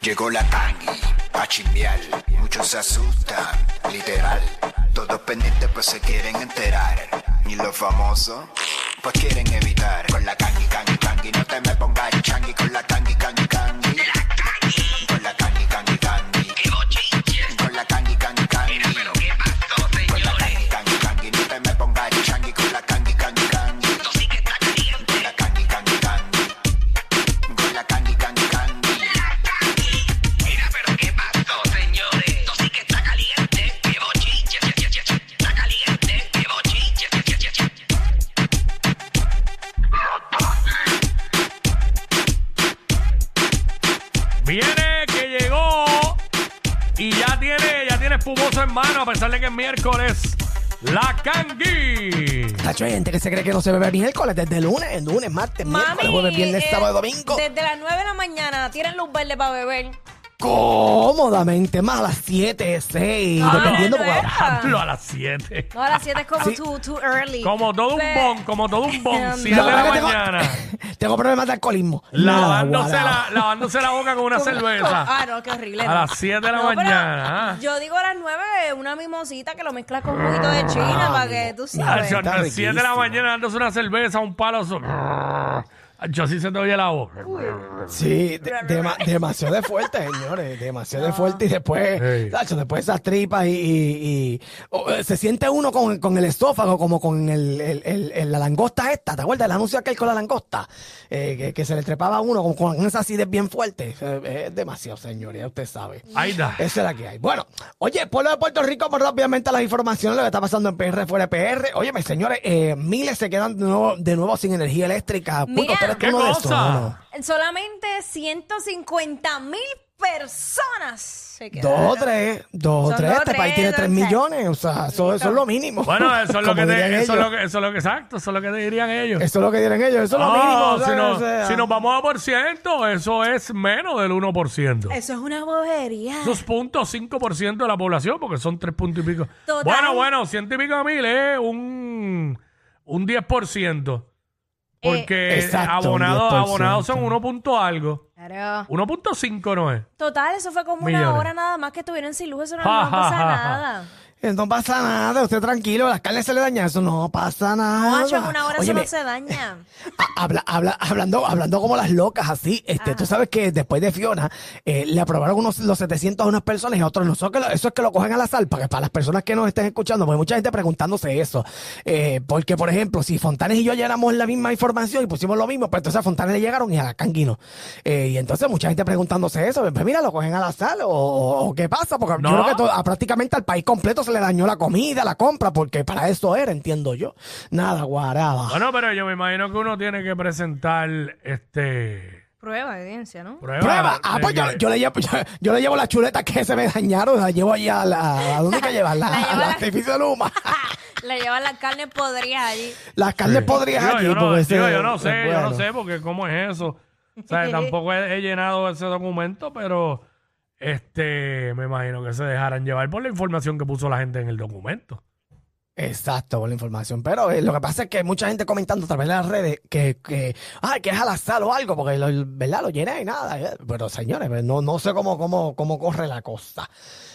Llegó la tangi, pa' chimbiar, muchos se asustan, literal. Todos pendientes pues se quieren enterar, ni los famosos pues quieren evitar. Con la tangi, tangi, tangi, no te me pongas changi, con la tangi, tangi, tangi. Con la tangi, tangi, tangi. Con la tangi, tangi, tangi. Con la tangi, tangi, tangi, no te me pongas changi, con la tangi, tangi, tangi. Con la tangi, tangi, tangi. Con la tangi, tangi, tangi. Mira, pero qué pasó, señores. Esto sí que está caliente. Qué bochinche, che, che, che, che. Está caliente. Qué bochinche, che, che, che, che. Viene que llegó y ya tiene, ya tiene espumoso en mano, a pesar de que es miércoles. La Cangui. Tacho, hay gente que se cree que no se bebe miércoles, desde lunes, lunes, martes, miércoles, jueves, viernes, eh, sábado, domingo. Desde las 9 de la mañana tiran luz verde para beber. Cómodamente, más a las 7, 6, Ay, dependiendo. porque- Noel. Hablo a las 7. No, a las 7 es como Sí. too, too early. Como todo un Pero- bon, como todo un bon. No, 7 de la pero que tengo- mañana. Tengo problemas de alcoholismo. Lavándose Nada, la, lavándose la boca con una cerveza. Ah, no, qué horrible. A no. las 7 de la No, pero mañana, ah. Yo digo a las 9, una mimosita que lo mezclas con un poquito de Ah, china para que tú sabes. Yo, a las Está 7 de la riquísimo. mañana dándose una cerveza, un palo. so- Yo así se te oye la voz. Sí, de- dema- demasiado de fuerte, señores. Ah. Demasiado de fuerte. Y después, Ey. tacho, después esas tripas y. y- y- o, eh, se siente uno con, con el esófago, como con el, el- el- el- la langosta esta. ¿Te acuerdas? El anuncio aquel con la langosta. Eh, que, que se le trepaba a uno con, con esa acidez bien fuerte. Eh, es demasiado, señores. ya Usted sabe. Ahí está. Esa es la que hay. Bueno, oye, pueblo de Puerto Rico, vamos rápidamente a las informaciones, lo que está pasando en PR, fuera de PR. Oye, mis señores, eh, miles se quedan de nuevo, de nuevo sin energía eléctrica. Mira. Punto, ¿usted es ¿Qué uno de esos, cosa? o no? Solamente 150 mil personas se quedaron. Dos o tres, dos o Son tres. dos, Este tres, país tiene dos, tres tres. millones, o sea, eso, eso es lo mínimo. Bueno, eso es lo Como que dirían te, eso es ellos. lo que, eso es lo que, exacto, eso es lo que te dirían ellos. Eso es lo que tienen ellos, eso es lo Ah, mínimo. o sea, si, no- o sea. si nos vamos a por ciento, eso es menos del 1%. Eso es una bobería. Eso es 0.5% de la población, porque son tres puntos y pico. Total. Bueno, bueno, ciento y pico de mil es un, un 10%. Porque Exacto, un abonados 10%. abonado son 1 punto algo. Claro. 1.5 no es. Total, eso fue como Millones. una hora nada más que estuvieron sin luz. Eso no, Ja, no ja, ja, pasa ja. nada. Eh, No pasa nada, usted tranquilo, las carnes se le dañan, eso no pasa nada. Macho, en una hora Oye, eso no me- se daña. Ha- Ah, Habla, habla, hablando, hablando como las locas, así. Este, tú sabes que después de Fiona eh, le aprobaron unos, los 700 a unas personas y a otros no. Eso, que lo- eso es que lo cogen al azar, para, que, para las personas que nos estén escuchando, porque hay mucha gente preguntándose eso. Eh, porque, por ejemplo, si Fontanes y yo llenamos la misma información y pusimos lo mismo, pues entonces a Fontanes le llegaron y a Canguino. Eh, y entonces mucha gente preguntándose eso. Pues mira, lo cogen al azar o, o qué pasa, porque No. yo creo que to- a prácticamente al país completo se le dañó la comida, la compra, porque para eso era, entiendo yo. Nada, guaraba. Bueno, pero yo me imagino que uno tiene que presentar este Eh, Prueba, evidencia, ¿no? prueba. Prueba. Ah, de pues yo, que- yo le llevo, yo, yo le llevo las chuletas que se me dañaron. Las llevo allá a la. ¿A dónde hay que llevarlas? La llevo Al a la- artificio de Luma. Le llevan las carnes podridas allí. Las carnes podrías Digo, allí. yo, no, porque ese- digo, yo no sé, yo no bueno. sé, porque cómo es eso. O sea, tampoco he, he llenado ese documento, pero este me imagino que se dejarán llevar por la información que puso la gente en el documento. Exacto, por la información. Pero eh, lo que pasa es que hay mucha gente comentando a través de las redes que, que, ay, que es al azar o algo, porque lo, ¿verdad? lo llené y nada. eh. Pero señores, pues, no, no sé cómo, cómo, cómo corre la cosa.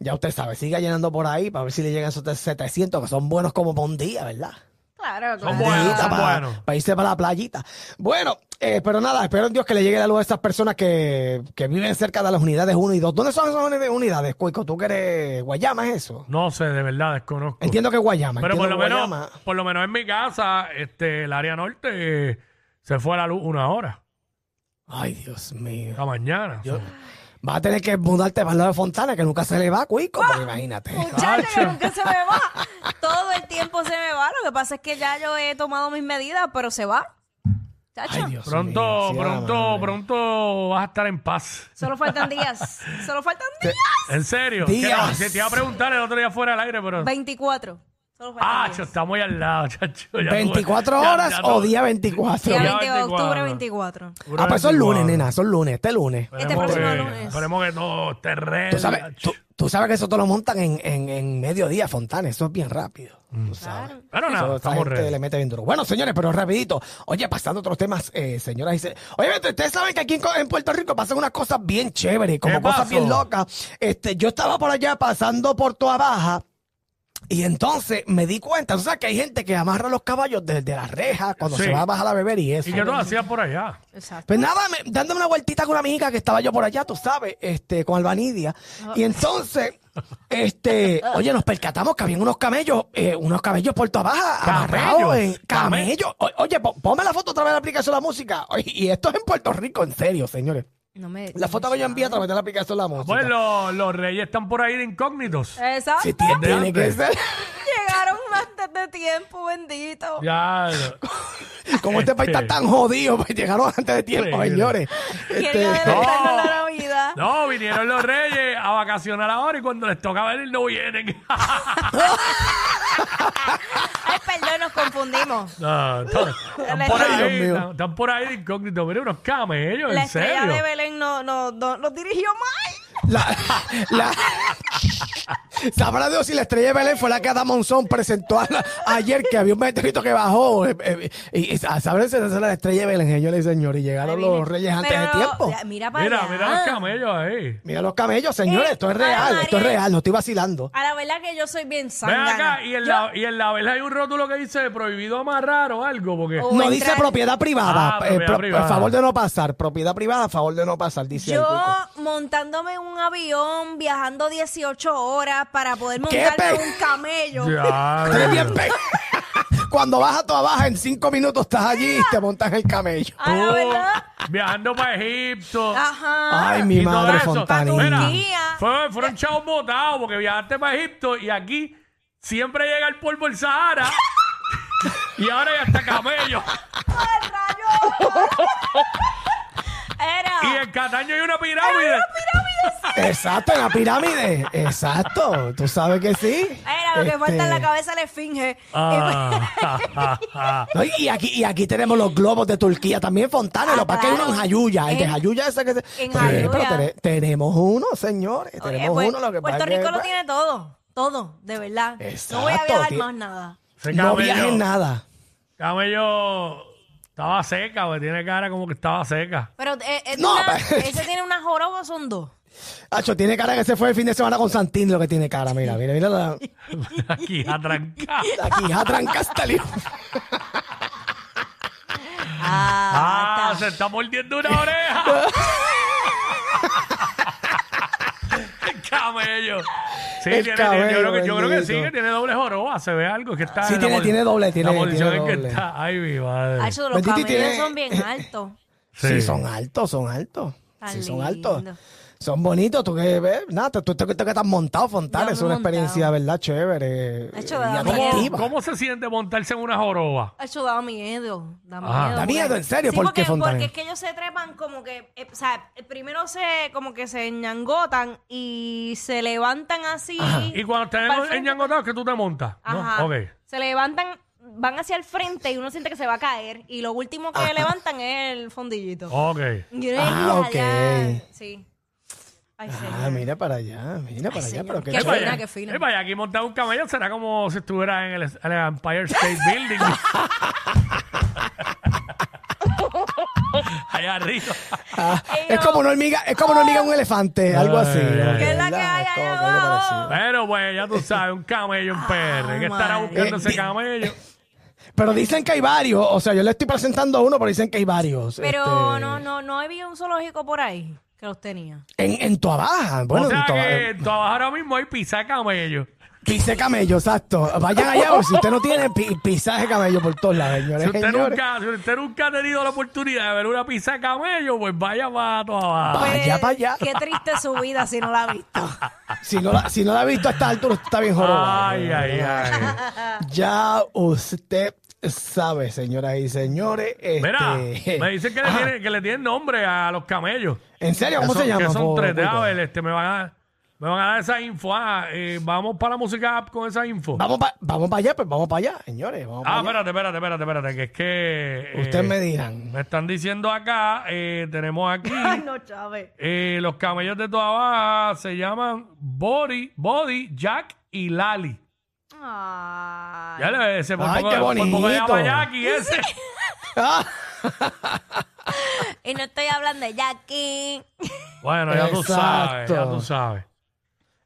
Ya usted sabe, siga llenando por ahí para ver si le llegan esos 700, que son buenos como para un día, ¿verdad? Claro, Son claro. buenos, son para, buenos. irse para la playita. Bueno, eh, pero nada, espero en Dios que le llegue la luz a esas personas que, que viven cerca de las unidades 1 y 2. ¿Dónde son esas uni- unidades, Cuico? ¿Tú que eres Guayama es eso? No sé, de verdad desconozco. Entiendo que es Guayama. pero por lo entiendo que menos, es Guayama. por lo menos en mi casa, este, el área norte eh, se fue a la luz una hora Ay, Dios mío. la mañana. Yo- Vas a tener Ah, que mudarte para el lado de Fontana, que nunca se le va, Cuico, pero imagínate. Muchacho, que nunca se me va. lo que pasa es que ya yo he tomado mis medidas, pero se va. Chacho, Ay, Dios mío, Pronto, sí, pronto, madre. pronto vas a estar en paz. solo faltan días. solo faltan días. ¿En serio? Días. Que- que te iba a preguntar el otro día fuera del aire, pero. 24. Solo faltan Ah, días. chacho, está muy al lado, chacho. Ya tú- 24 ya- horas ya tú- o día 24. Día Ya 20 de octubre 24. 24. Ah, pues son lunes, nena, son lunes, este lunes. Este Esperemos próximo que- lunes. Esperemos que no esté red. Tú sabes, tú, tú sabes que eso te lo montan en, en, en mediodía, Fontana. Eso es bien rápido. Tú sabes. Pero Eso, nada, esa estamos gente ready. le mete bien duro. Bueno, señores, pero rapidito. Oye, pasando a otros temas, eh, señoras y se- Oye, vete, ustedes saben que aquí en, Co- en Puerto Rico pasan unas cosas bien chéveres, como ¿Qué cosas pasó? bien locas. Este, yo estaba por allá pasando por Toa Baja. Y entonces me di cuenta, o sea, que hay gente que amarra los caballos desde las rejas cuando Sí. se va a bajar a beber y eso. ¿Y qué tú hacías por allá? Exacto. Pues nada, me- dándome una vueltita con una amiga que estaba yo por allá, tú sabes, este, con Albanidia. Y entonces, este, oye, nos percatamos que habían unos camellos, eh, unos camellos por toda baja, amarrados en Camellos. camellos. O- oye, po- ponme la foto otra vez de la aplicación de la música. Oye, y esto es en Puerto Rico, en serio, señores. No me, La foto que yo envié a través de la aplicación de la música. Pues los, los reyes están por ahí de incógnitos. Eh. Exacto. Sí, tiene, tiene que antes. ser. Llegaron antes de tiempo, bendito. Ya. Como este país está tan jodido, pues llegaron antes de tiempo, Sí. señores. Quieren Este, adelantarnos No. la Navidad. No, vinieron los reyes a vacacionar ahora y cuando les toca venir no vienen. Ay, perdón, nos confundimos. No, están, están por Ay, Dios ahí, mío. están, están por ahí de incógnito. Mira, unos camellos, La en estrella serio. de Belén no, no, no, nos dirigió mal. La, la, sabrá Dios si la estrella de Belén fue la que Adam Monzón presentó a la- ayer que había un meteorito que bajó. eh, eh, y, y a saber si esa es la estrella de Belén, señores y señores. Y llegaron los reyes antes Pero de no, tiempo. ya, Mira para Mira, allá. mira los camellos ahí. Mira los camellos, señores. Eh, esto es Ana real, esto es María. real. No estoy vacilando. A la verdad que yo soy bien Ven sangana. acá, y en, la, y en la vela hay un rótulo que dice prohibido amarrar o algo, porque... Oh. o No dice entrar- propiedad privada. eh, Ah, propiedad pro- privada. A favor de no pasar. Propiedad privada a favor de no pasar, dice Yo el cuico. montándome en un avión, viajando 18 horas para poder ¿Qué montarme en pe- un camello. Ya, Tú eres bien pe- Cuando bajas toda baja, en cinco minutos estás allí y te montas en el camello. A la tú, verdad. viajando para Egipto. Ajá. Ay, y mi todo madre, eso. Fontanini. Mira, Turquía. fue- fueron chavos botados porque viajaste para Egipto y aquí siempre llega el polvo del Sahara y ahora ya está camello. ¡Ay, rayos! Era. Y en Cataño hay una pirámide. Exacto, en la pirámide. Exacto. Tú sabes que sí. Era lo que Este, falta en la cabeza la esfinge. Ah, no, y, aquí, y aquí tenemos los globos de Turquía también, Fontana. Ah, lo que pasa es que hay uno en claro. Jayuya. El de En- Jayuya ese que se. en Pero, eh, pero Jayuya. tene- tenemos uno, señores. Oye, Tenemos pues, uno. Lo que pasa Puerto es Rico que, lo tiene todo. Todo, de verdad. No voy a Exacto, viajar ti- más nada. ese No camello- viajen nada. Camello estaba seca, porque tiene cara como que estaba seca. Pero eh, es No, una- pero- ese tiene una joroba o son dos. Hacho, tiene cara que se fue el fin de semana con Santín. Lo que tiene cara. Mira, mira, mira. La, Aquí atrancada. la quija trancaste, el hijo. Ah, Ah, está. se está mordiendo una oreja. El camello. Sí, El tiene, camello, yo, creo que, yo creo que sí, bendito. que tiene doble joroba. Se ve algo que está. Sí, en tiene- pos- tiene doble, tiene- La posición tiene en que doble. está. Ay, mi madre. Hacho, los Bendito y camellos tiene- son bien altos. Sí. son altos, son altos. Tan sí, son lindo. altos. Son bonitos, tú que ves, nada, tú, tú, tú, tú que estás montado, Fontana, Yo es me una he montado. experiencia, ¿verdad? Chévere. Hacho, eh, da y miedo. ¿Cómo, atractiva. ¿Cómo se siente montarse en una joroba? Eso da miedo. Da Ajá. miedo. Da porque- miedo, en serio, Sí, ¿por porque, qué, Fontaine? porque es que ellos se trepan como que. eh, o sea, eh, primero se como que se ñangotan y se levantan así. Y cuando te Para el en frente. ñangotado, que tú te montas. Ajá. ¿No? Ok. Se levantan, van hacia el frente y uno siente que se va a caer. Y lo último que levantan es el fondillito. Ok. Y uno Ah, dice, "Ya, ok. ya". Sí. Ay, Ah, señor. mira para allá, mira para allá, señor, pero qué qué chévere. fina, qué fina. Eh, vaya, aquí montar un camello será como si estuviera en el, en el Empire State Building. Allá arriba. Ah, Ey, es no. como una hormiga, es como una hormiga a un elefante, algo así. ay, ay. ¿Qué es la que ¿verdad? hay Es como allá que algo abajo? parecido. Pero pues, ya tú sabes, un camello en PR. ¿Qué estará madre. buscando Eh, ese di- camello? Pero dicen que hay varios, o sea, yo le estoy presentando uno, pero dicen que hay varios. Pero este, no, no, no había un zoológico por ahí que los tenía. En, en Toa Baja, bueno, eh, o sea en Toa- que en tu abajo ahora mismo hay pizza camello. Pise camello, exacto. Vayan allá, o si usted no tiene pi- pisaje camello por todos lados, señores. Si usted, señores. nunca, si usted nunca ha tenido la oportunidad de ver una pizza de camello, pues vaya para toda Pa' abajo. allá, pa' allá. Pues, Qué triste su vida si no la ha visto. Si no, la, si no la ha visto a esta altura, usted está bien jorobado. Ay, ay, ay. Ya usted sabe, señoras y señores. Mira, este- me dicen que le, Ajá. tiene, que le tienen nombre a los camellos. ¿En serio? Que ¿Cómo son- se llama? Que son po- tres. Puerto? Déjame ver, este, me van a, me van a dar esa info. Ah, eh, vamos para la música app con esa info. Vamos para vamos pa allá, pues vamos para allá, señores. Vamos pa' Ah, allá. espérate, espérate, espérate, espérate, que es que... eh, Ustedes me dirán. Me están diciendo acá, eh, tenemos aquí... Ay, no, Chávez. eh, los camellos de toda baja se llaman Body, Body, Jack y Lali. Ay. Ya le ese por Ay, poco, qué por poco bonito. llama Jack y ese. Ah, Y no estoy hablando de Jackie. Bueno, ya tú Exacto. sabes, ya tú sabes.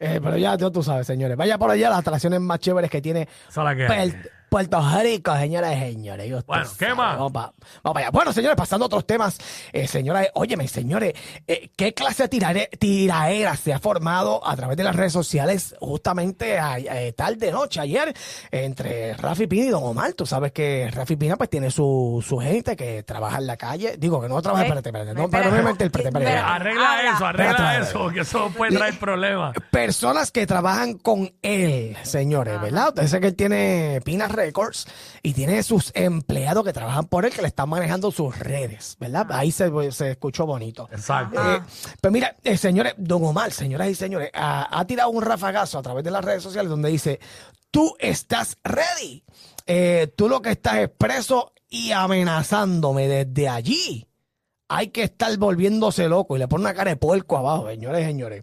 eh, pero ya tú tú sabes, señores. Vaya por allá las atracciones más chéveres que tiene Esa es la que hay. Eh, Puer- Puerto Rico, señoras y señores. Y usted Bueno, ¿qué sabe, más? Vamos pa- vamos pa allá. Bueno, señores, pasando a otros temas, eh, señoras, óyeme, señores, eh, ¿qué clase de tirare- tiraera se ha formado a través de las redes sociales justamente a- eh, tarde, noche, ayer, entre Rafi Pina y Don Omar? Tú sabes que Rafi Pina pues tiene su, su gente que trabaja en la calle. Digo que no trabaja, Eh, espérate, espérate, no, espérate. pero no me interprete, espérate, Espera. espérate Arregla Habla. eso, arregla Espérate, eso, que eso puede traer problemas. personas que trabajan con él, señores, ¿verdad? Usted sabe que él tiene Pina Records y tiene sus empleados que trabajan por él que le están manejando sus redes, ¿verdad? Ahí se, se escuchó bonito. Exacto. Eh, pues mira, eh, señores, Don Omar, señoras y señores, ha, ha tirado un rafagazo a través de las redes sociales donde dice, tú estás ready, Eh, tú lo que estás es preso y amenazándome desde allí. Hay que estar volviéndose loco y le pone una cara de puerco abajo, señores y señores.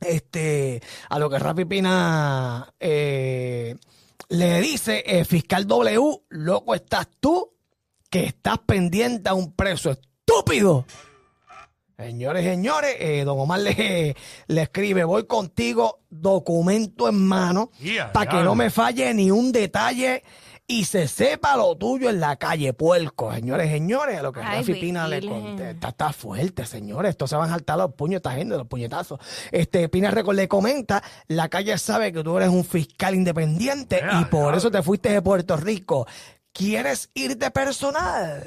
Este, a lo que Rafi Pina eh, le dice, eh, fiscal W, loco estás tú, que estás pendiente a un preso estúpido. Señores, señores, eh, don Omar le, le escribe, voy contigo, documento en mano, Ya, para que ya. no me falle ni un detalle y se sepa lo tuyo en la calle, puerco. Señores, señores, a lo que Ay, Rafi Pina le Virgen. contesta. Está, está fuerte, señores. Esto se van a saltar los puños esta gente, los puñetazos. Este, Pina Record le comenta, la calle sabe que tú eres un fiscal independiente Ya, y por ya. eso te fuiste de Puerto Rico. ¿Quieres irte personal?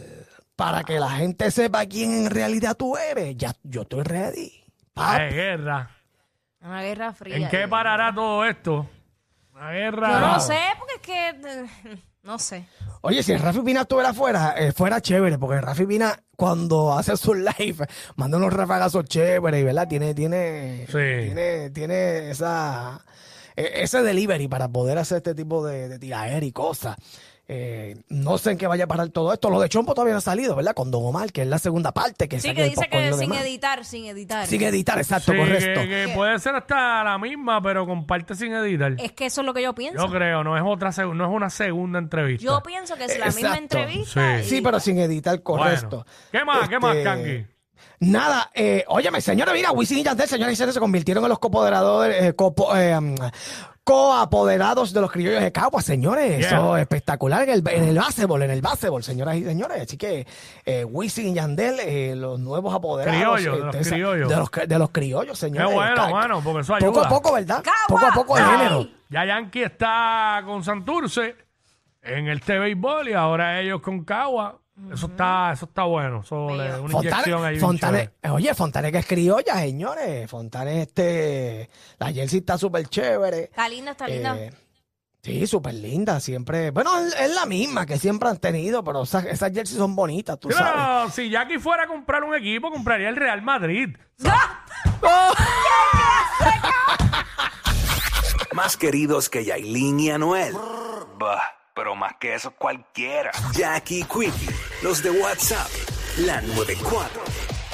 Para que la gente sepa quién en realidad tú eres. Ya, yo estoy ready. Papi. Ay, guerra. Una guerra fría. ¿En qué yo- parará todo esto? Una guerra. Yo no sé, porque es que. eh, No sé. Oye, si Rafi Pina estuviera afuera, eh, fuera chévere, porque Rafi Pina cuando hace sus live, manda unos rafagazos chéveres, ¿verdad? Tiene, tiene, Sí. tiene, tiene esa, eh, ese delivery para poder hacer este tipo de, de tiraer y cosas. Eh, no sé en qué vaya a parar todo esto. Lo de Chompo todavía no ha salido, ¿verdad? Con Don Omar, que es la segunda parte que Sí, saca que el dice popcorn y que lo sin demás. editar, sin editar. Sin editar, exacto, Sí, correcto. que, que puede ser hasta la misma, pero comparte sin editar. Es que eso es lo que yo pienso. Yo creo, no es otra seg- no es una segunda entrevista. Yo pienso que es la misma Exacto. entrevista. Sí. Sí, y- pero sin editar, Bueno. correcto. ¿Qué más? ¿Qué más, Este, Kangi? Nada, eh, óyeme, señora, mira, Wisin y Yandel, señores y señores, se convirtieron en los copoderadores, eh, copo- eh, um, coapoderados de los criollos de Cagua, señores. Yeah. Eso es espectacular en el, en el básquetbol, en el básquetbol, señoras y señores. Así que eh, Wisin y Yandel, eh, los nuevos apoderados. Criollos, de eh, los esa- criollos. De los, cri- de los criollos, señores. Qué bueno, Ca- mano, porque eso Poco ayuda. a poco, ¿verdad? Cagua. Poco a poco de Ay. género. Ya Yankee está con Santurce en el T Béisbol y ahora ellos con Cagua. Eso está, eso está bueno. Eso le da una inyección ahí. Fontane, bien Fontane- chévere. oye, Fontane que es criolla, señores. Fontane, este, la jersey está súper chévere. Está linda, está linda. Eh, sí, súper linda, siempre. Bueno, es, es la misma que siempre han tenido, pero esas, esas jerseys son bonitas, tú Sí, sabes. pero si Jackie fuera a comprar un equipo, compraría el Real Madrid. Más queridos que Yailin y Anuel. Bah, pero más que eso cualquiera. Jackie Quickie, los de WhatsApp, la 94.